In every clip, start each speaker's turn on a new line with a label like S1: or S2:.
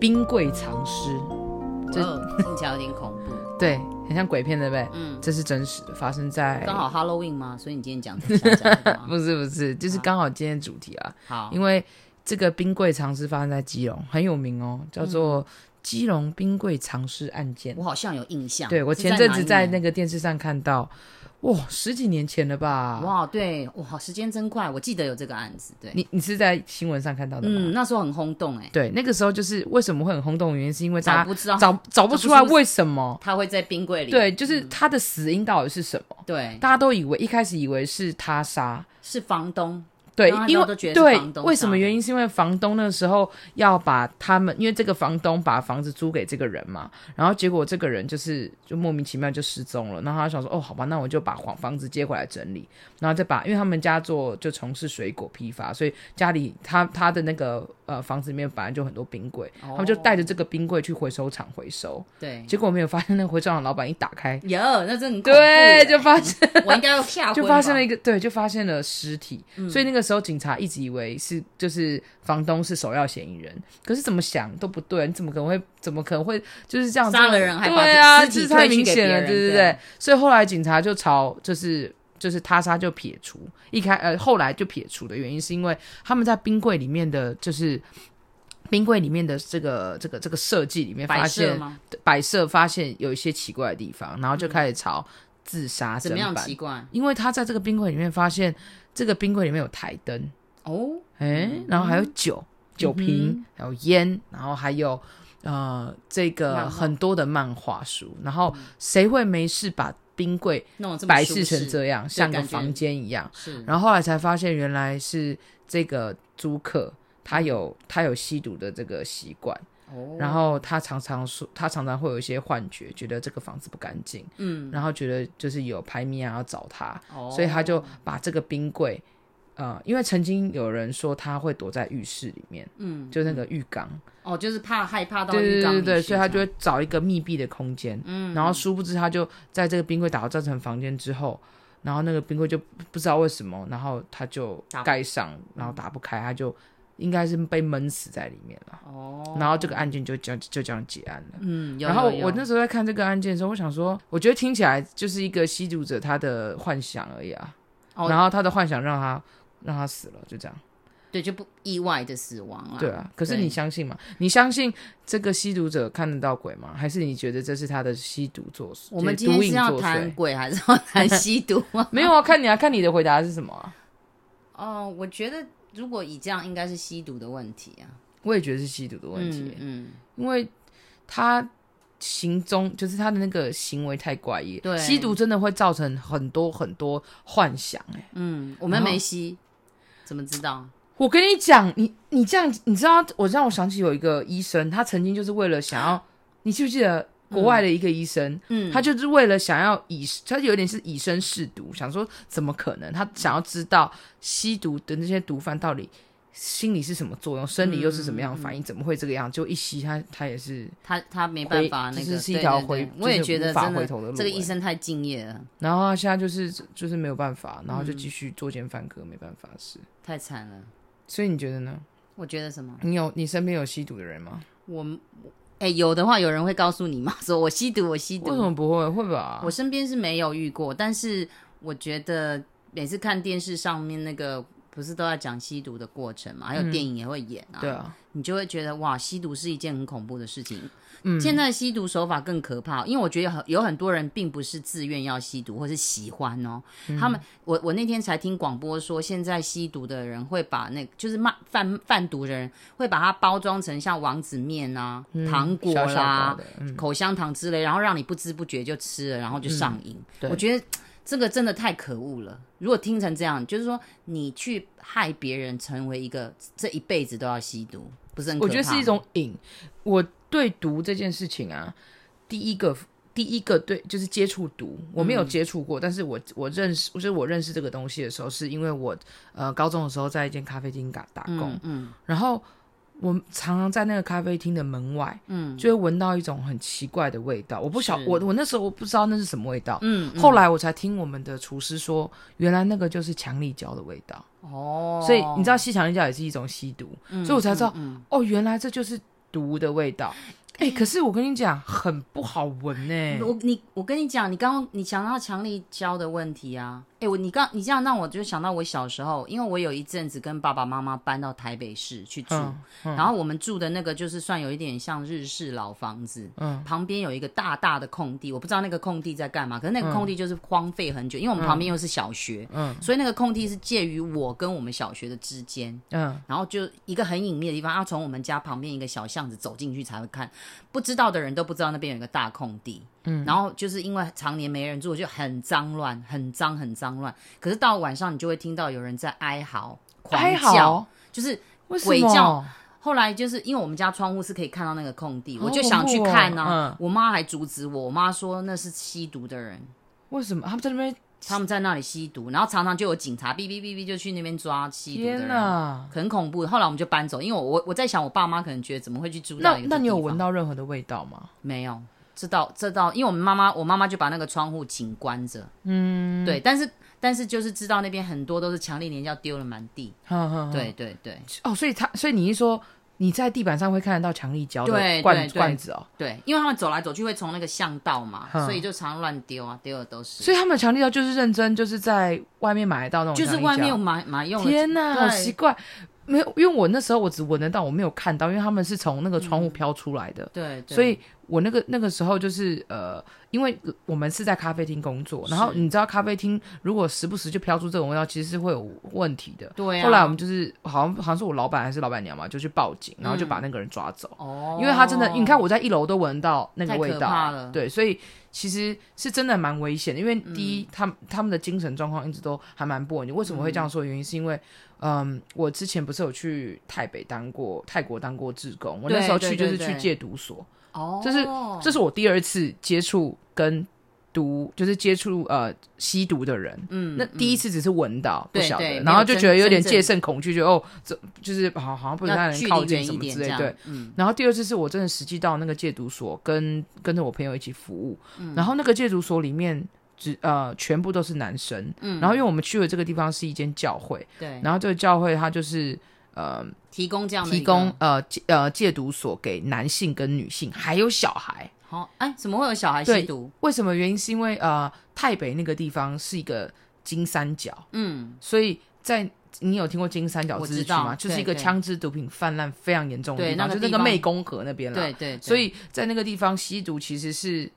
S1: 冰柜藏尸，这
S2: 哦， 听起来有点恐怖。
S1: 对，很像鬼片，对不对？
S2: 嗯，
S1: 这是真实的，发生在
S2: 刚好 Halloween 嘛，所以你今天讲这个想讲这个吗
S1: 不是不是，就是刚好今天的主题啊，
S2: 好，
S1: 因为这个冰柜藏尸发生在基隆，很有名哦，叫做基隆冰柜藏尸案件。
S2: 我好像有印象。
S1: 对我
S2: 是
S1: 前阵
S2: 哪
S1: 子
S2: 一
S1: 在
S2: 年
S1: 那个电视上看到，哇，十几年前了吧？
S2: 哇，对，哇，时间真快，我记得有这个案子，对，
S1: 你你是在新闻上看到的吗？
S2: 嗯，那时候很轰动，哎，
S1: 对，那个时候就是为什么会很轰动，原因是因为
S2: 早
S1: 大家
S2: 不知道
S1: 找找不出来为什么。
S2: 他会在冰柜里，
S1: 对，嗯就是他的死因到底是什么？
S2: 对，
S1: 大家都以为一开始以为是他杀，
S2: 是房东，
S1: 对
S2: 然后，他
S1: 因为
S2: 都觉得是
S1: 对
S2: 房东，
S1: 为什
S2: 杀
S1: 么
S2: 的
S1: 原因？是因为房东那时候要把他们，因为这个房东把房子租给这个人嘛，然后结果这个人就是就莫名其妙就失踪了，然后他想说，哦，好吧，那我就把房房子接回来整理，然后再把，因为他们家做就从事水果批发，所以家里他他的那个呃房子里面本来就很多冰柜，
S2: 哦
S1: 他们就带着这个冰柜去回收厂回收，
S2: 对，
S1: 结果没有发现那个回收厂老板一打开，
S2: 有，那真的很恐怖
S1: 对，
S2: 哎
S1: 就发现。
S2: 我应该要吓昏吧，
S1: 就发现了一个对，就发现了尸体，
S2: 嗯
S1: 所以那个时候警察一直以为是就是房东是首要嫌疑人，可是怎么想都不对，你怎么可能会怎么可能会就是这样
S2: 杀了人还把
S1: 对啊，
S2: 尸体
S1: 这太
S2: 推去
S1: 明
S2: 给
S1: 显
S2: 别
S1: 了，
S2: 人
S1: 对对
S2: 对
S1: 对，所以后来警察就朝就是。就是他杀就撇除，一开呃后来就撇除的原因是因为他们在冰柜里面的，就是冰柜里面的这个这个这个设计里面
S2: 摆
S1: 发
S2: 设
S1: 现
S2: 吗？嗯
S1: 摆设发现有一些奇怪的地方，然后就开始朝自杀
S2: 怎么样
S1: 侦办
S2: 奇怪？
S1: 因为他在这个冰柜里面发现，这个冰柜里面有台灯，
S2: 哦，
S1: 哎、然后还有
S2: 嗯
S1: 酒、酒瓶，还有烟，然后还有呃这
S2: 漫画
S1: 个很多的漫画书，然后谁会没事把冰柜
S2: 弄得这么
S1: 摆
S2: 舒
S1: 饰成
S2: 适
S1: 这样，像个
S2: 嗯感觉嗯
S1: 房间一样？
S2: 是，
S1: 然后后来才发现，原来是这个租客他有他有吸毒的这个习惯。
S2: 嗯哦
S1: 然后他常常说，他常常会有一些幻觉，觉得这个房子不干净，
S2: 嗯，
S1: 然后觉得就是有排咪啊要找他，
S2: 哦
S1: 所以他就把这个冰柜，呃，因为曾经有人说他会躲在浴室里面，
S2: 嗯，
S1: 就那个浴缸，
S2: 哦，就是怕害怕到
S1: 对对
S2: 浴缸
S1: 对
S2: 里
S1: 对对，
S2: 去
S1: 所以他就
S2: 这样
S1: 会找一个密闭的空间，
S2: 嗯，
S1: 然后殊不知他就在这个冰柜打造成房间之后，然后那个冰柜就不不知道为什么，然后他就
S2: 打不
S1: 盖上，然后打不开，他就应该是被闷死在里面了，
S2: 哦，
S1: 然后这个案件就这样就这样结案了。
S2: 嗯，有
S1: 然后
S2: 有
S1: 我
S2: 有
S1: 那时候在看这个案件的时候，我想说，我觉得听起来就是一个吸毒者他的幻想而已啊。
S2: 哦
S1: 然后他的幻想让他让他死了，就这样。
S2: 对就不意外的死亡啊，
S1: 对啊，可是
S2: 对
S1: 你相信吗？你相信这个吸毒者看得到鬼吗？还是你觉得这是他的吸毒作祟？
S2: 我们
S1: 就是
S2: 今天
S1: 毒
S2: 是
S1: 瘾
S2: 要
S1: 作
S2: 谈
S1: 祟？
S2: 鬼还是要谈吸毒 啊？
S1: 没有啊，看你啊，看你的回答是什么啊？
S2: 哦，我觉得如果以这样，应该是吸毒的问题啊，
S1: 我也觉得是吸毒的问题，
S2: 嗯，
S1: 因为他行踪就是他的那个行为太怪异。
S2: 对
S1: 吸毒真的会造成很多很多幻想、欸，
S2: 嗯嗯，我们
S1: 然后
S2: 没吸，怎么知道？
S1: 我跟你讲，你你这样，你知道，我让我想起有一个医生，他曾经就是为了想要，你记不记得国外的一个医生，
S2: 嗯，
S1: 他就是为了想要以，他有点是以身试毒，想说怎么可能？他想要知道吸毒的那些毒贩到底心理是什么作用，生理又是什么样的反应，怎么会这个样？就一吸他，他也是，
S2: 他他没办法，
S1: 回
S2: 那
S1: 就
S2: 个
S1: 是是一
S2: 对
S1: 条
S2: 对
S1: 回
S2: 对我也
S1: 就是
S2: 觉得
S1: 无法
S2: 真
S1: 回头的路
S2: 这个
S1: 欸
S2: 医生太敬业了，
S1: 然后他现在就是就是没有办法，然后
S2: 嗯
S1: 就继续作奸犯科，没办法是。
S2: 太惨了。
S1: 所以你觉得呢？
S2: 我觉得什么？
S1: 你有你身边有吸毒的人吗？
S2: 我哎、有的话，有人会告诉你吗？说我吸毒，我吸
S1: 为什
S2: 毒。
S1: 么不会？会吧？
S2: 我身边是没有遇过，但是我觉得每次看电视上面那个，不是都在讲吸毒的过程嘛？还有电影也会演啊，
S1: 嗯对啊。
S2: 你就会觉得哇，吸毒是一件很恐怖的事情。嗯，现在的吸毒手法更可怕，因为我觉得很有很多人并不是自愿要吸毒，或是喜欢哦。
S1: 嗯
S2: 他们，我我那天才听广播说，现在吸毒的人会把那就是卖贩贩毒的人会把它包装成像王子面啊、糖果啦、
S1: 嗯小小包的嗯
S2: 口香糖之类，然后让你不知不觉就吃了，然后就上瘾。
S1: 嗯对
S2: 我觉得嘖这个真的太可恶了。如果听成这样，就是说你去害别人，成为一个这一辈子都要吸毒，不是很可
S1: 我
S2: 怕？
S1: 觉得是一种瘾。我对毒这件事情啊，第一个第一个对就是接触毒，我没有接触过，但是我我认识，就是我认识这个东西的时候，是因为我呃高中的时候在一间咖啡厅打打工，
S2: 嗯嗯
S1: 然后我常常在那个咖啡厅的门外，
S2: 嗯
S1: 就会闻到一种很奇怪的味道。我不晓
S2: 是
S1: 我我那时候我不知道那是什么味道，
S2: 嗯，嗯
S1: 后来我才听我们的厨师说，原来那个就是强力胶的味道。
S2: 哦，嗯
S1: 嗯所以你知道吸强力胶也是一种吸毒，所以我才知道、哦，原来这就是毒的味道。哎、可是我跟你讲，很不好闻呢、
S2: 我你我跟你讲，你刚刚你讲到强力胶的问题啊，哎、我你刚你这样让我就想到我小时候，因为我有一阵子跟爸爸妈妈搬到台北市去住，
S1: 嗯
S2: 然后我们住的那个就是算有一点像日式老房子，
S1: 嗯
S2: 旁边有一个大大的空地，我不知道那个空地在干嘛，可是那个空地就是荒废很久，因为我们旁边又是小学，
S1: 嗯
S2: 所以那个空地是介于我跟我们小学的之间，
S1: 嗯，
S2: 然后就一个很隐秘的地方，要从我们家旁边一个小巷子走进去才会看，不知道的人都不知道那边有一个大空地。嗯，然后就是因为常年没人住，就很脏乱，很脏很脏乱。可是到晚上，你就会听到有人在哀嚎、狂
S1: 还
S2: 叫，
S1: 好，
S2: 就是
S1: 为什
S2: 鬼叫
S1: 么？
S2: 后来就是因为我们家窗户是可以看到那个空地，
S1: 好
S2: 我就想去看呢、
S1: 恐怖哦嗯
S2: 我妈还阻止我，我妈说那是吸毒的人，
S1: 为什么他们在那边？
S2: 他们在那里吸毒，然后常常就有警察哔哔哔哔就去那边抓吸毒的
S1: 天
S2: 人。
S1: 哪！
S2: 很恐怖。后来我们就搬走，因为我我我在想，我爸妈可能觉得怎么会去住到
S1: 那
S2: 一个
S1: 那你有闻
S2: 到
S1: 到任何的味道吗？
S2: 没有？这道这道，因为我们妈妈我妈妈就把那个窗户紧关着，嗯，对，但是但是就是知道那边很多都是强力粘胶丢了满地，
S1: 哼哼哼
S2: 对对对
S1: 哦，所以他，所以你一说你在地板上会看得到强力胶
S2: 对
S1: 的罐
S2: 对对
S1: 罐子哦，
S2: 对，因为他们走来走去会从那个巷道嘛，
S1: 嗯
S2: 所以就常乱丢啊，丢的都是，
S1: 所以他们强力胶就是认真就是在外面买得到那种
S2: 就
S1: 强力胶，
S2: 是外面有买买用的，
S1: 天哪，好
S2: 对
S1: 奇怪，没有，因为我那时候我只闻得到，我没有看到，因为他们是从那个窗户飘出来的。
S2: 对，嗯对
S1: 所以我那个那个时候就是呃，因为我们是在咖啡厅工作，然后你知道咖啡厅如果时不时就飘出这种味道，其实是会有问题的。
S2: 对啊
S1: 后来我们就是好像好像是我老板还是老板娘嘛，就去报警，然后就
S2: 嗯
S1: 把那个人抓走。
S2: 哦，
S1: 因为他真的，你看我在一楼都闻到那个味
S2: 太可
S1: 道
S2: 怕了，
S1: 对，所以其实是真的蛮危险的。因为第一，
S2: 嗯
S1: 他们他们的精神状况一直都还蛮不稳定。为什么会这样说？原因是因为，嗯，我之前不是有去台北当过泰国当过志工，我那
S2: 对
S1: 时候
S2: 对
S1: 去就
S2: 对
S1: 是
S2: 对
S1: 去戒毒所，
S2: 哦，
S1: 就是这是我第二次接触跟毒，就是接触呃吸毒的人。
S2: 嗯
S1: 那第一次只是闻到不
S2: 对
S1: 晓
S2: 对
S1: 得，
S2: 没
S1: 然后
S2: 有
S1: 就
S2: 真
S1: 觉得有点
S2: 真正
S1: 戒慎恐惧，就哦，这就是好好像不能让
S2: 要距
S1: 人靠
S2: 离
S1: 近
S2: 远
S1: 什
S2: 一
S1: 么
S2: 点
S1: 之
S2: 这
S1: 类，
S2: 样
S1: 对。，
S2: 嗯，
S1: 然后第二次是我真的实际到那个戒毒所，跟跟着我朋友一起服务。
S2: 嗯
S1: 然后那个戒毒所里面只呃全部都是男生。
S2: 嗯
S1: 然后因为我们去的这个地方是一间教会，
S2: 对，
S1: 然后这个教会它就是呃
S2: 提供这样的一
S1: 提
S2: 个
S1: 供呃戒呃戒毒所给男性跟女性，还有小孩。
S2: 好，哎，怎么会有小孩
S1: 对
S2: 吸毒？
S1: 为什么原因？是因为呃台北那个地方是一个金三角，
S2: 嗯，
S1: 所以在。你有听过金三角
S2: 我
S1: 自
S2: 知
S1: 治区
S2: 道
S1: 吗？就是
S2: 对
S1: 一个
S2: 对
S1: 枪支毒品泛滥非常严重的
S2: 对
S1: 地方，
S2: 那
S1: 就
S2: 个
S1: 是
S2: 地
S1: 那个
S2: 方
S1: 湄公河那边啦。
S2: 对对，对
S1: 啊所以在那个地方吸毒其实是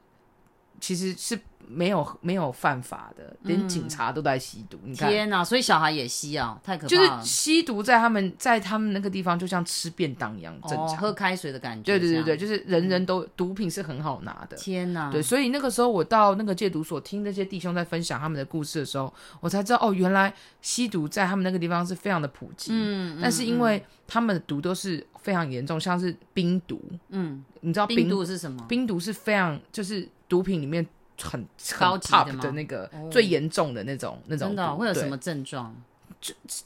S1: 其实是没有没有犯法的，连警察都在吸毒。你看，
S2: 嗯天哪，所以小孩也吸啊，太可怕
S1: 就是
S2: 了，
S1: 吸毒在他们在他们那个地方就像吃便当一样正
S2: 哦，
S1: 常。
S2: 喝开水的感觉，
S1: 对对对
S2: 这
S1: 对，
S2: 样，嗯
S1: 就是人人都、毒品是很好拿的。
S2: 天哪，
S1: 对，所以那个时候我到那个戒毒所听那些弟兄在分享他们的故事的时候，我才知道哦，原来吸毒在他们那个地方是非常的普及。
S2: 嗯，嗯，
S1: 但是因为他们的毒都是非常严重，像是冰毒，
S2: 嗯，
S1: 你知道
S2: 病
S1: 冰
S2: 毒是什么？
S1: 冰毒是非常就是毒品里面很很
S2: 高级的
S1: top
S2: 吗
S1: 的那个
S2: 哦
S1: 最严重的那种那种
S2: 真的哦
S1: 毒
S2: 会有
S1: 对
S2: 什么症状？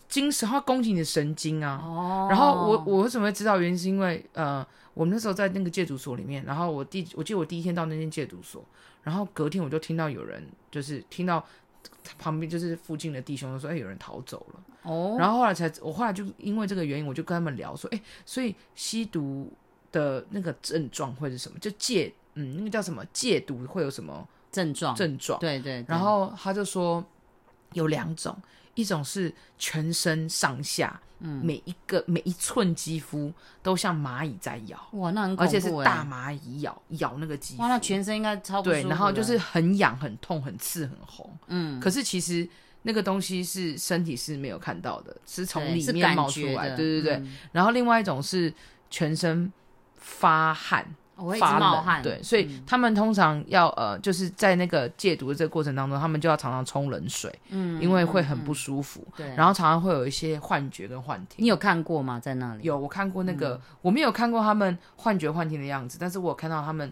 S1: 精神，它攻击你的神经啊。
S2: 哦，
S1: 然后我我为什么会知道？原因是因为呃，我们那时候在那个戒毒所里面，然后我第我记得我第一天到那间戒毒所，然后隔天我就听到有人就是听到旁边就是附近的弟兄说，哎，有人逃走了。
S2: 哦，
S1: 然后后来才，我后来就因为这个原因，我就跟他们聊说，哎，所以吸毒的那个症状会是什么？就戒，嗯，那个叫什么戒毒会有什么
S2: 症状，
S1: 症状？
S2: 哦对对，对
S1: 然后他就说有两种，一种是全身上下，
S2: 嗯
S1: 每一个每一寸肌肤都像蚂蚁在咬，
S2: 哇，那很恐
S1: 而
S2: 怖
S1: 且是
S2: 欸
S1: 大，蚂蚁咬咬那个肌肤
S2: 哇，，那全身应该超不
S1: 对，
S2: 舒
S1: 然
S2: 服
S1: 后就
S2: 的
S1: 是很痒、很痛、很刺、很红。
S2: 嗯，
S1: 可是其实那个东西是身体是没有看到的，是从
S2: 对
S1: 里
S2: 是
S1: 面
S2: 感
S1: 冒出
S2: 觉
S1: 来。
S2: 的
S1: 对对对。
S2: 嗯
S1: 然后另外一种是全身发汗、
S2: 我会一直
S1: 发
S2: 冒
S1: 冷
S2: 汗，
S1: 对，所以
S2: 嗯
S1: 他们通常要呃，就是在那个戒毒的这个过程当中，他们就要常常冲冷水，
S2: 嗯
S1: 因为会很不舒服，
S2: 对，
S1: 然后常常会有一些幻觉跟幻听。
S2: 你有看过吗？在那里
S1: 有我看过那
S2: 嗯
S1: 个，我没有看过他们幻觉幻听的样子，但是我有看到他们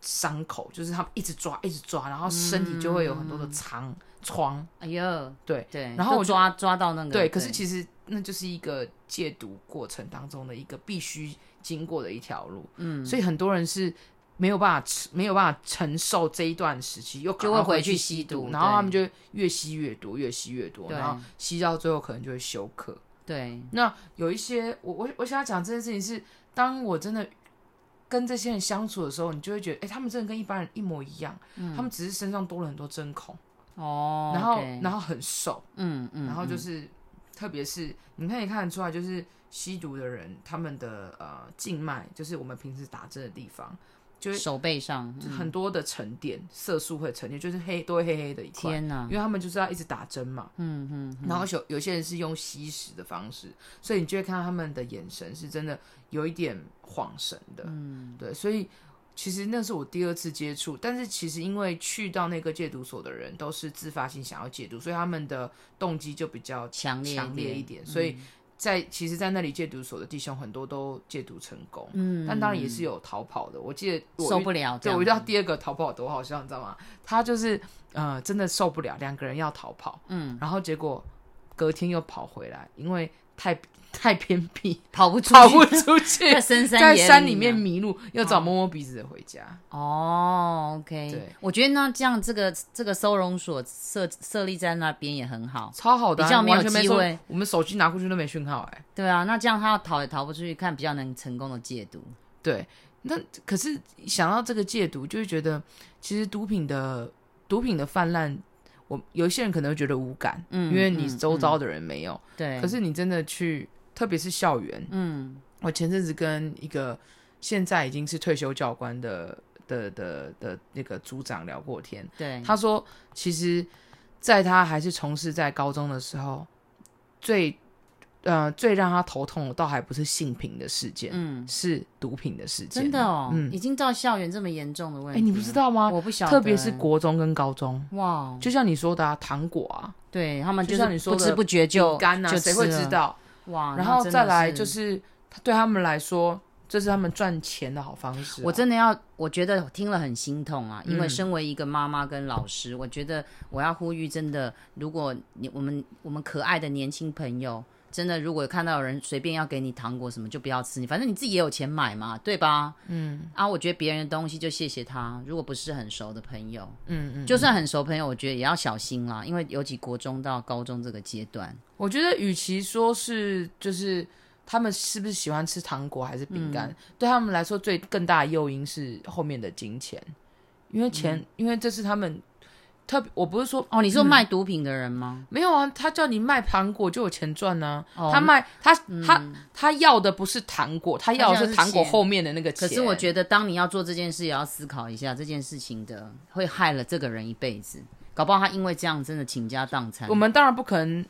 S1: 伤口，就是他们一直抓一直抓，然后身体就会有很多的
S2: 嗯
S1: 长疮。
S2: 哎呦，
S1: 对
S2: 对，
S1: 然后
S2: 都
S1: 我就
S2: 抓抓到那个，
S1: 对，可是其实那就是一个戒毒过程当中的一个必须经过的一条路，
S2: 嗯，
S1: 所以很多人是没有办法吃，没有办法承受这一段时期，又
S2: 就
S1: 赶快
S2: 会回
S1: 去
S2: 去
S1: 吸
S2: 吸毒
S1: 然后他们就
S2: 对
S1: 会越吸越多，越吸越多，
S2: 对
S1: 然后吸到最后可能就会休克。
S2: 对，
S1: 那有一些，我我我想要讲这件事情是，当我真的跟这些人相处的时候，你就会觉得，哎、他们真的跟一般人一模一样，他们只是身上多了很多针孔，
S2: 嗯哦，
S1: 然后
S2: OK
S1: 然后很瘦，
S2: 嗯嗯，
S1: 然后就
S2: 嗯
S1: 是，特别是你可以看得出来，就是吸毒的人他们的呃静脉，就是我们平时打针的地方，就会
S2: 手背上，嗯
S1: 很多的沉淀，色素会沉淀，就是黑都会黑黑的一块。
S2: 天哪
S1: 因，为他们就是要一直打针嘛，啊嗯嗯，然后有有些人是用吸食的方式，所以你就会看到他们的眼神是真的有一点晃神的，嗯，对，所以其实那是我第二次接触，但是其实因为去到那个戒毒所的人都是自发性想要戒毒，所以他们的动机就比较
S2: 强烈
S1: 强烈一点，所以在其实，在那里戒毒所的弟兄很多都戒毒成功，嗯，但当然也是有逃跑的，我记得我遇
S2: 受不了这
S1: 对，
S2: 样，
S1: 我遇到第二个逃跑多好笑，你知道吗？他就是呃，真的受不了，两个人要逃跑，嗯，然后结果隔天又跑回来，因为太 太偏僻，
S2: 跑不出去，
S1: 跑不出去
S2: 在，深山
S1: 在
S2: 野
S1: 山里面
S2: 啊
S1: 迷路，又找摸摸鼻子的回家。
S2: 哦，OK，
S1: 对
S2: 我觉得那这样这个这个收容所设设立在那边也很好，
S1: 超好的啊、
S2: 比较没有
S1: 完全没
S2: 机
S1: 收
S2: 会。
S1: 我们手机拿过去都没讯号、哎，
S2: 对啊，那这样他要逃也逃不出去，看比较能成功的戒毒，
S1: 对。那可是想到这个戒毒，就会觉得其实毒品的毒品的泛滥，我有一些人可能会觉得无感，
S2: 嗯
S1: 因为你周
S2: 嗯嗯
S1: 遭的人没有。
S2: 对，
S1: 可是你真的去，特别是校园，
S2: 嗯，
S1: 我前阵子跟一个现在已经是退休教官的的的的那个组长聊过天，
S2: 对，
S1: 他说，其实在他还是从事在高中的时候，最呃最让他头痛的，倒还不是性平的事件，
S2: 嗯，
S1: 是毒品的事件。
S2: 真的哦，
S1: 嗯
S2: 已经到校园这么严重的问
S1: 哎、
S2: 题，
S1: 你不知道吗？
S2: 我不晓得，
S1: 特别是国中跟高中，
S2: 哇，
S1: 就像你说的啊，糖果啊，
S2: 对他们
S1: 就是像你说
S2: 不
S1: 的
S2: 知不觉就
S1: 饼干啊，
S2: 就
S1: 谁
S2: 吃
S1: 会知
S2: 了
S1: 道？
S2: 哇？
S1: 然
S2: 啊那
S1: 后
S2: 真
S1: 再
S2: 的
S1: 来就是，对他们来说，这是他们赚钱的好方式啊、
S2: 我真的要，我觉得听了很心痛啊，因为
S1: 嗯
S2: 身为一个妈妈跟老师，我觉得我要呼吁，真的，如果你我们我们可爱的年轻朋友，真的如果看到有人随便要给你糖果什么，就不要吃，你反正你自己也有钱买嘛，对吧？嗯，啊，我觉得别人的东西就谢谢他，如果不是很熟的朋友，
S1: 嗯嗯，
S2: 就算很熟朋友，我觉得也要小心啦，因为尤其国中到高中这个阶段，
S1: 我觉得与其说是就是他们是不是喜欢吃糖果还是饼
S2: 嗯
S1: 干，对他们来说最更大的诱因是后面的金钱，因为
S2: 嗯
S1: 钱，因为这是他们特别，我不是说
S2: 哦，你说卖毒品的人吗？
S1: 没有啊，他叫你卖糖果就有钱赚呐、
S2: 哦嗯
S1: 他卖他他他要的不是糖果，他要的是糖果后面的那个
S2: 可
S1: 钱。
S2: 是我觉得，当你要做这件事，也要思考一下这件事情的会害了这个人一辈子。搞不好他因为这样真的倾家荡产
S1: 我，们当然不可能，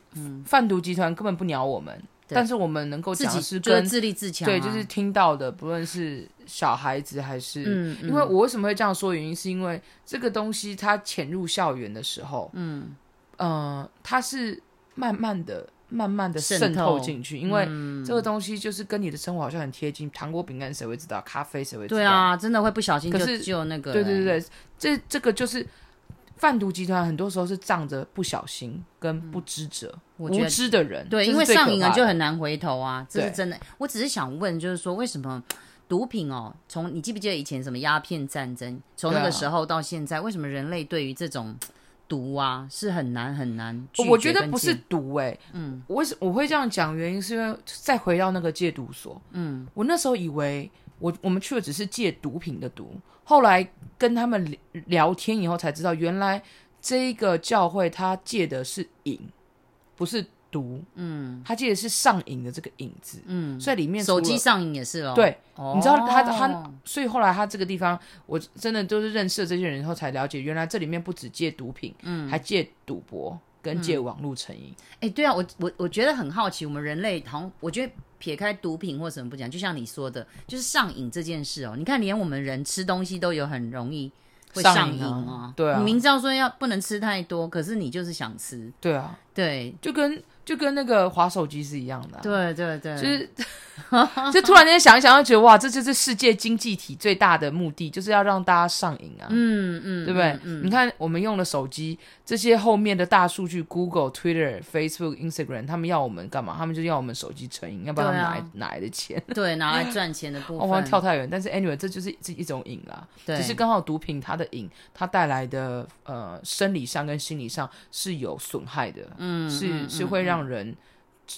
S1: 贩毒集团根本不鸟我们，
S2: 嗯对
S1: 但是我们能够
S2: 自
S1: 讲的
S2: 己
S1: 是
S2: 觉得
S1: 跟
S2: 自立自强啊、
S1: 对，就是听到的，不论是小孩子还是，
S2: 嗯
S1: 因为我为什么会这样说，原因是因为这个东西它潜入校园的时候，嗯，呃，它是慢慢的、慢慢的
S2: 渗
S1: 渗
S2: 透嗯
S1: 透进去，因为这个东西就是跟你的生活好像很贴近，糖果、饼干谁会知道，咖啡谁会知道？
S2: 对，啊，真的会不小心
S1: 可
S2: 就是就那个、
S1: 对对对对，这这个就是贩毒集团很多时候是仗着不小心
S2: 嗯
S1: 跟不知者、
S2: 我觉
S1: 无
S2: 得
S1: 知的人，
S2: 对，
S1: 这
S2: 因
S1: 是
S2: 为
S1: 最可
S2: 上瘾了
S1: 怕
S2: 就
S1: 的
S2: 很难回头啊，这是
S1: 对
S2: 真的。我只是想问，就是说为什么毒品哦，从你记不记得以前什么鸦片战争，从那
S1: 对
S2: 个
S1: 啊
S2: 时候到现在，为什么人类对于这种毒啊是很难很难拒绝
S1: 我觉得
S2: 跟
S1: 不是
S2: 戒
S1: 毒哎、嗯，为什我会这样讲？原因是因为再回到那个戒毒所，嗯，我那时候以为我我们去的只是戒毒品的毒，后来跟他们聊聊天以后才知道，原来这个教会他戒的是瘾，不是毒，嗯，他戒的是上瘾的这个瘾字，嗯，所以里面除
S2: 手
S1: 了
S2: 机上瘾也是哦，
S1: 对
S2: 哦，
S1: 你知道他他，所以后来他这个地方，我真的都是认识了这些人以后才了解，原来这里面不只戒毒品，嗯，还戒赌博跟戒网络成瘾。
S2: 哎、对啊，我我我觉得很好奇，我们人类好像我觉得撇开毒品或什么不讲，就像你说的，就是上瘾这件事哦。你看，连我们人吃东西都有很容易会上
S1: 上
S2: 瘾
S1: 瘾啊
S2: 啊，
S1: 对啊
S2: 你明知道说要不能吃太多，可是你就是想吃，
S1: 对啊，
S2: 对
S1: 就跟就跟那个划手机是一样的啊、
S2: 对对对，
S1: 就是 就突然间想一想，就觉得哇，这就是世界经济体最大的目的，就是要让大家上瘾啊，
S2: 嗯嗯，
S1: 对不对？你看我们用的手机，这些后面的大数据，Google、Twitter、Facebook、Instagram，他们要我们干嘛？他们就要我们手机成瘾，要不然他们哪来、
S2: 对啊
S1: 哪来的钱？
S2: 对，拿来赚钱的部
S1: 我好像
S2: 分，
S1: 跳太远，但是 anyway，这就是这一种瘾啦。
S2: 对，
S1: 只是刚好毒品它的瘾，它带来的
S2: 嗯
S1: 呃生理上跟心理上是有损害的，嗯，是是会让人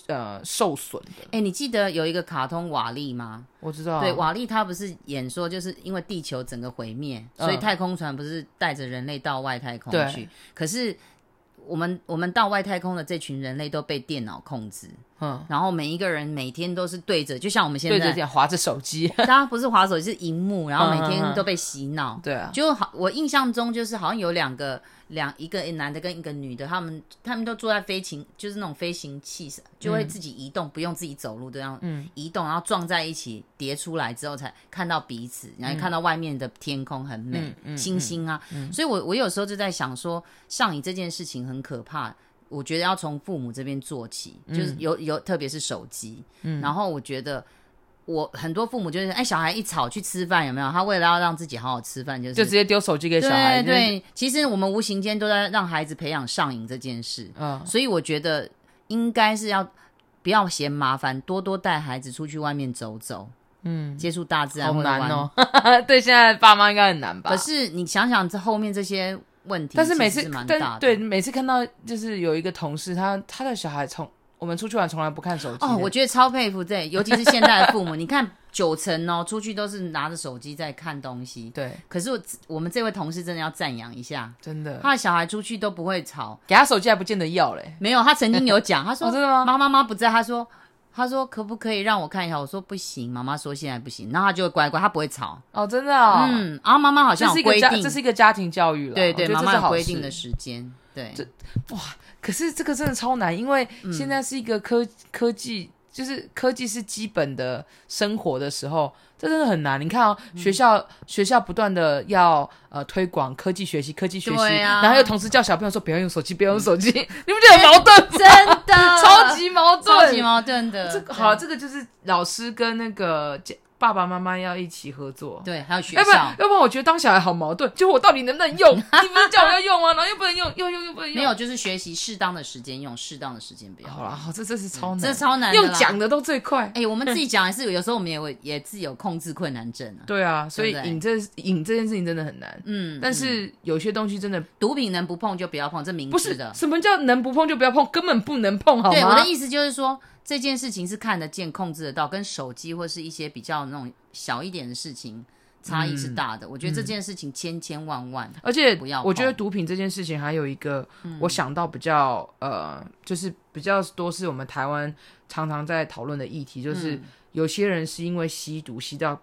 S1: 呃受损的。
S2: 哎、你记得有一个卡通瓦力吗？
S1: 我知道，
S2: 对，瓦力他不是演说，就是因为地球整个毁灭，
S1: 嗯
S2: 所以太空船不是带着人类到外太空
S1: 对
S2: 去？可是我们我们到外太空的这群人类都被电脑控制，
S1: 嗯，
S2: 然后每一个人每天都是对着，就像我们现
S1: 对着
S2: 在，
S1: 点划着手 机，
S2: 大家不是滑手机是荧幕，然后每
S1: 嗯嗯
S2: 天
S1: 嗯
S2: 都被洗脑。
S1: 对啊，
S2: 就好，我印象中就是好像有两个两一个男的跟一个女的，他们他们都坐在飞行，就是那种飞行器上，
S1: 嗯
S2: 就会自己移动，不用自己走路，这样移动，然后撞在一起叠出来之后才看到彼此，然后看到外面的天空很美，
S1: 嗯嗯
S2: 星星啊。所以我我有时候就在想说，上瘾这件事情很可怕。我觉得要从父母这边做起，
S1: 嗯
S2: 就是有有，特别是手机。然后我觉得我很多父母就是，哎，小孩一吵去吃饭有没有？他为了要让自己好好吃饭，就是
S1: 就直接丢手机给小孩，
S2: 对，对，其实我们无形间都在让孩子培养上瘾这件事，
S1: 嗯，
S2: 所以我觉得应该是要不要嫌麻烦，多多带孩子出去外面走走，嗯，接触大自然，
S1: 好
S2: 会
S1: 难
S2: 玩。
S1: 哦， 对现在的爸妈应该很难吧？
S2: 可是你想想这后面这些问题，
S1: 但是每
S2: 其实
S1: 次
S2: 是蛮大
S1: 但
S2: 的。
S1: 对每次看到就是有一个同事，他他的小孩从我们出去玩从来不看手机
S2: 哦，
S1: 的
S2: 我觉得超佩服这，尤其是现在的父母， 你看九成哦，出去都是拿着手机在看东西。
S1: 对，
S2: 可是我我们这位同事真的要赞扬一下，
S1: 真的
S2: 他的小孩出去都不会吵，
S1: 给他手机还不见得要嘞，
S2: 没有，他曾经有讲，他说、
S1: 哦真的吗
S2: 妈妈妈不在，他说他说可不可以让我看一下？我说不行，妈妈说现在不行，然后他就会乖乖，他不会吵。
S1: 哦，真的哦，
S2: 嗯，然后妈妈好
S1: 这
S2: 像
S1: 是一
S2: 有
S1: 个
S2: 规
S1: 家，
S2: 定
S1: 这，是一个家庭教育了，
S2: 对
S1: 我觉
S2: 对，
S1: 得
S2: 妈
S1: 这是
S2: 妈有
S1: 好
S2: 规定
S1: 事
S2: 的时间，对
S1: 这可是这个真的超难，因为现
S2: 嗯
S1: 在是一个科、科技，就是科技是基本的生活的时候，这真的很难。你看哦，
S2: 嗯
S1: 学校、学校不断的要呃推广科技学习，科技学习，
S2: 对啊嗯
S1: 然后又同时叫小朋友说不要用手机，不要用手机， 你不觉得很矛盾吗？
S2: 真的
S1: 超级矛盾，
S2: 超级矛盾的。
S1: 这个好，
S2: 对
S1: 这个就是老师跟那个家爸爸妈妈要一起合作。
S2: 对，还有学
S1: 要不然
S2: 校，
S1: 要不然我觉得当小孩好矛盾，就我到底能不能 用？你不是叫我要用吗？然后又不能用，又用又不能用。
S2: 没有就是学习适当的时间用，适当的时间不要，
S1: 好啦，好，这真是超难，
S2: 这超难的啦
S1: 用讲的都最快。
S2: 哎，我们自己讲还是有时候我们也会也自己有控制困难症啊。
S1: 对啊，所以
S2: 对不对
S1: 瘾这瘾这件事情真的很难。
S2: 嗯，
S1: 但是有些东西真的
S2: 毒品能不碰就不要碰，这明
S1: 不
S2: 知
S1: 是
S2: 的。
S1: 什么叫能不碰就不要碰，根本不能碰，好吗？
S2: 对，我的意思就是说，这件事情是看得见、控制得到，跟手机或是一些比较那种小一点的事情差异是
S1: 嗯
S2: 大的。我觉得这件事情千千万万，
S1: 而且
S2: 不要碰嗯
S1: 我觉得毒品这件事情还有一个，我想到比较呃，就是比较多是我们台湾常常在讨论的议题，就是
S2: 嗯
S1: 有些人是因为吸毒吸到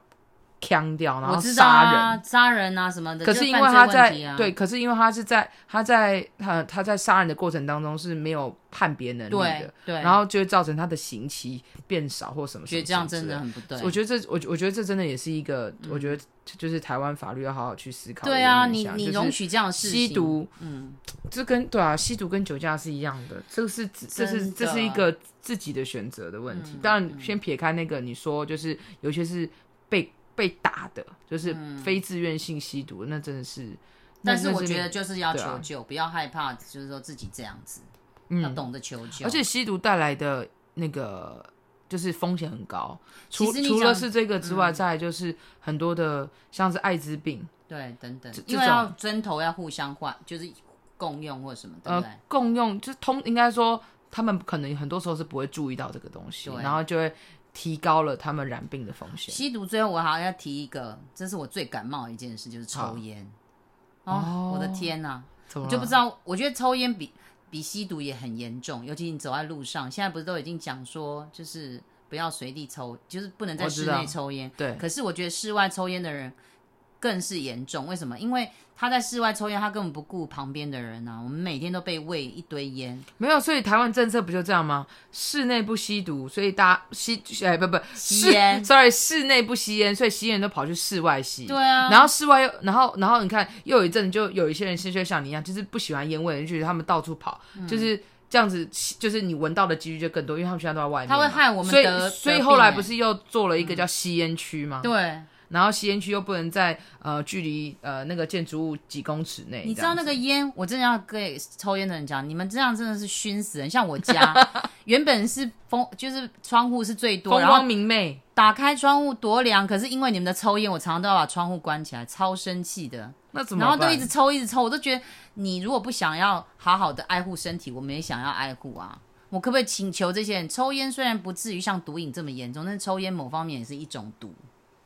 S1: 呛掉，然
S2: 我
S1: 后
S2: 知道
S1: 杀
S2: 啊，
S1: 人。
S2: 杀人啊什么的，
S1: 可
S2: 就是
S1: 因为
S2: 犯
S1: 他
S2: 罪
S1: 在
S2: 问题啊、
S1: 对，可是因为他是在他在他他在杀人的过程当中是没有判别能力
S2: 对
S1: 的，
S2: 对，
S1: 然后就会造成他的刑期变少或什么什么。
S2: 觉得这样真
S1: 什
S2: 的
S1: 么
S2: 很不对嗯
S1: 之类的，。我觉得这我我觉得这真的也是一个，我觉得就是台湾法律要好好去思考的一个
S2: 对
S1: 面
S2: 啊，
S1: 向。
S2: 你你
S1: 就是
S2: 容许这样的事情，
S1: 吸毒，嗯，这跟对啊，吸毒跟酒驾是一样的，这是这是
S2: 真的嗯
S1: 这是一个自己的选择的问题。当然，先撇开那个你说，就是有些是被被打的，就是非自愿性吸毒，那真的是。那
S2: 嗯但是
S1: 那
S2: 我觉得
S1: 没
S2: 就是要
S1: 对啊嗯
S2: 求救，不要害怕，就是说自己这样子，要懂得求救。
S1: 而且吸毒带来的那个就是风险很高，除
S2: 其实你
S1: 除了
S2: 讲嗯
S1: 是这个之外，再来就是很多的像是艾滋病，
S2: 对，等等
S1: 这，
S2: 因为
S1: 这种
S2: 要针头要互相换，就是共用或什么，对不
S1: 呃
S2: 对？，
S1: 共用就是通，应该说他们可能很多时候是不会注意到这个东西，
S2: 对
S1: 然后就会提高了他们染病的风险。
S2: 吸毒最后我还要提一个，这是我最感冒的一件事，就是抽烟。
S1: 哦
S2: 哦，我的天呐、
S1: 怎
S2: 我
S1: 么
S2: 就不知
S1: 道？
S2: 道，我觉得抽烟比比吸毒也很严重，尤其你走在路上，现在不是都已经讲说，就是不要随地抽，就是不能在
S1: 我知
S2: 室
S1: 道
S2: 内抽烟。
S1: 对，
S2: 可是我觉得室外抽烟的人更是严重，为什么？因为他在室外抽烟，他根本不顾旁边的人啊。我们每天都被喂一堆烟，
S1: 没有，所以台湾政策不就这样吗？室内不吸毒，所以大家吸哎不不
S2: 吸烟
S1: 室，sorry，室内不吸烟，所以吸烟都跑去室外吸。
S2: 对啊
S1: 然后室外又，然后然后你看，又有一阵子就有一些人是就像你一样，就是不喜欢烟味，就觉得他们到处跑，
S2: 嗯
S1: 就是这样子吸，就是你闻到的几率就更多，因为他们现在都在外面嘛。
S2: 他会害我们
S1: 所以
S2: 得
S1: 所以
S2: 得
S1: 后来
S2: 病嗯
S1: 不是又做了一个叫吸烟区吗？
S2: 对。啊
S1: 然后吸烟区又不能在呃距离呃那个建筑物几公尺内，
S2: 你知道那
S1: 个
S2: 个烟，我真的要跟抽烟的人讲，你们这样真的是熏死人。像我 家原本是风，就是窗户是最多，
S1: 风
S2: 然后
S1: 光明媚，
S2: 打开窗户多凉，可是因为你们的抽烟，我常常都要把窗户关起来，超生气的。
S1: 那怎么
S2: 然
S1: 办？
S2: 后都一直抽，一直抽，我都觉得你如果不想要好好的爱护身体，我们也想要爱护啊。我可不可以请求这些人，抽烟虽然不至于像毒瘾这么严重，但是抽烟某方面也是一种毒，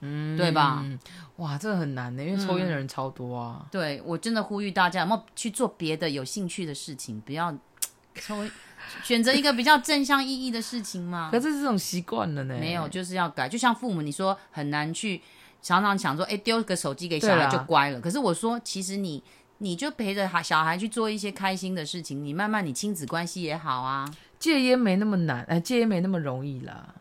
S2: 嗯，对吧？嗯
S1: 哇，这个很难的，因为抽烟的人超多啊。
S2: 对我真的呼吁大家，有没有去做别的有兴趣的事情，不要抽，选择一个比较正向意义的事情嘛。
S1: 可是这种习惯了呢，
S2: 没有，就是要改。就像父母，你说很难去，常常想说，哎，丢个手机给小
S1: 对
S2: 孩
S1: 啦
S2: 就乖了。可是我说，其实你你就陪着孩小孩去做一些开心的事情，你慢慢你亲子关系也好啊。
S1: 戒烟没那么难，哎，戒烟没那么容易啦。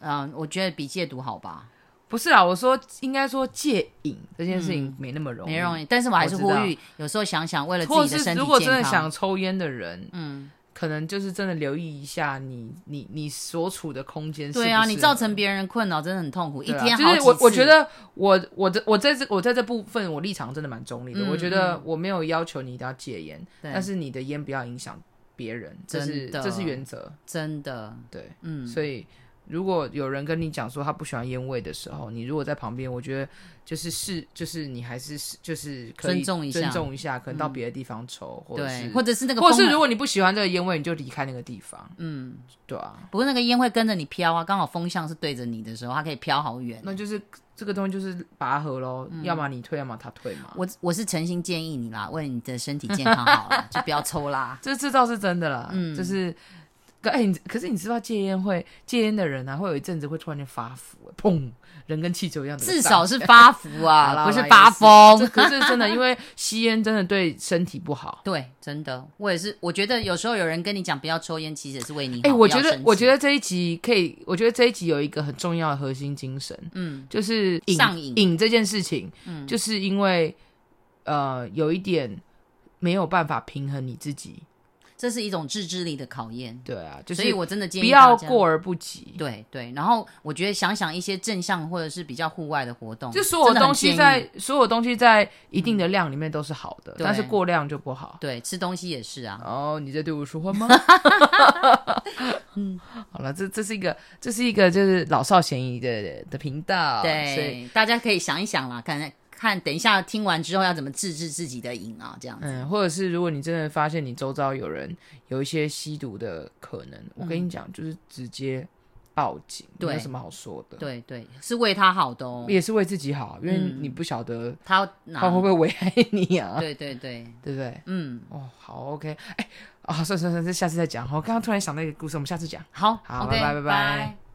S2: 嗯，我觉得比戒毒好吧，
S1: 不是啊，我说应该说戒瘾这件事情没那么容易，
S2: 嗯没容易。但是我还是
S1: 我
S2: 呼
S1: 知道
S2: 吁，有时候想想，为了自
S1: 或
S2: 己的
S1: 是
S2: 身体
S1: 如果真
S2: 健
S1: 的
S2: 康
S1: 想，抽烟的人，
S2: 嗯，
S1: 可能就是真的留意一下你你你所处的空间是不是。
S2: 对啊，你造成别人的困扰真的很痛苦，一
S1: 对啊
S2: 天
S1: 就
S2: 好
S1: 是
S2: 几
S1: 我我
S2: 次
S1: 觉得我我这我在这我在这部分我立场真的蛮中立的，
S2: 嗯
S1: 我觉得我没有要求你一定要戒烟，
S2: 对
S1: 但是你的烟不要影响别人，这是
S2: 真的
S1: 这是原则，
S2: 真的，
S1: 对，
S2: 嗯，
S1: 所以。如果有人跟你讲说他不喜欢烟味的时候，你如果在旁边，我觉得就是是就是你还是是就是可以
S2: 尊重一下嗯
S1: 尊重一下，可能到别的地方抽，或者
S2: 对
S1: 是，
S2: 或者是那个
S1: 或
S2: 风
S1: 者是
S2: 很
S1: 如果你不喜欢这个烟味，你就离开那个地方，
S2: 嗯，
S1: 对啊，
S2: 不过那个烟会跟着你飘啊，刚好风向是对着你的时候，它可以飘好远。
S1: 那就是这个东西就是拔河喽，要么你退，要么他退嘛。
S2: 嗯我我是诚心建议你啦，为了你的身体健康 好了，就不要抽啦。
S1: 这这倒是真的啦，
S2: 嗯
S1: 就是，可哎、你可是你知道戒烟会戒烟的人啊，会有一阵子会突然间发福，砰，人跟气球一样。
S2: 至少是发福 啊，不是发
S1: 这
S2: 疯。
S1: 可是真的，因为吸烟真的对身体不好。
S2: 对，真的，我也是。我觉得有时候有人跟你讲不要抽烟，其实也是为你好。
S1: 哎、我觉
S2: 不要
S1: 得
S2: 生气
S1: 我觉，得这一集可以，我觉得这一集有一个很重要的核心精神，
S2: 嗯，
S1: 就是瘾
S2: 上瘾
S1: 瘾这件事情，
S2: 嗯
S1: 就是因为呃有一点没有办法平衡你自己，
S2: 这是一种自制力的考验。
S1: 对啊，就是
S2: 所以我真的建
S1: 不
S2: 议大
S1: 要
S2: 家
S1: 过。而不及，
S2: 对对，然后我觉得想想一些正向或者是比较户外的活动，
S1: 就所有
S2: 真的很
S1: 东西
S2: 建议
S1: 在所有东西在一定的量里面都是好的，
S2: 嗯对
S1: 但是过量就不好。
S2: 对吃东西也是啊，
S1: 哦，你在对我说 话吗？嗯，好了，这这是一个这是一个就是老少咸宜的的频道，所以
S2: 对，大家可以想一想啦，看看等一下听完之后要怎么自制自己的瘾啊，这样子。
S1: 嗯，或者是如果你真的发现你周遭有人有一些吸毒的可能，我跟你讲，就是直接报警，
S2: 嗯对
S1: 没有什么好说的，，
S2: 对对，是为他好的哦。
S1: 也是为自己好，因为你不晓得
S2: 他哪？
S1: 他会不会危害你啊，
S2: 对对对，
S1: 对不对？
S2: 嗯，
S1: 哦，好，OK，哎、啊、算算算，这下次再讲。我刚刚突然想到一个故事，我们下次讲。
S2: 好
S1: 好
S2: o k
S1: 拜拜拜拜
S2: 拜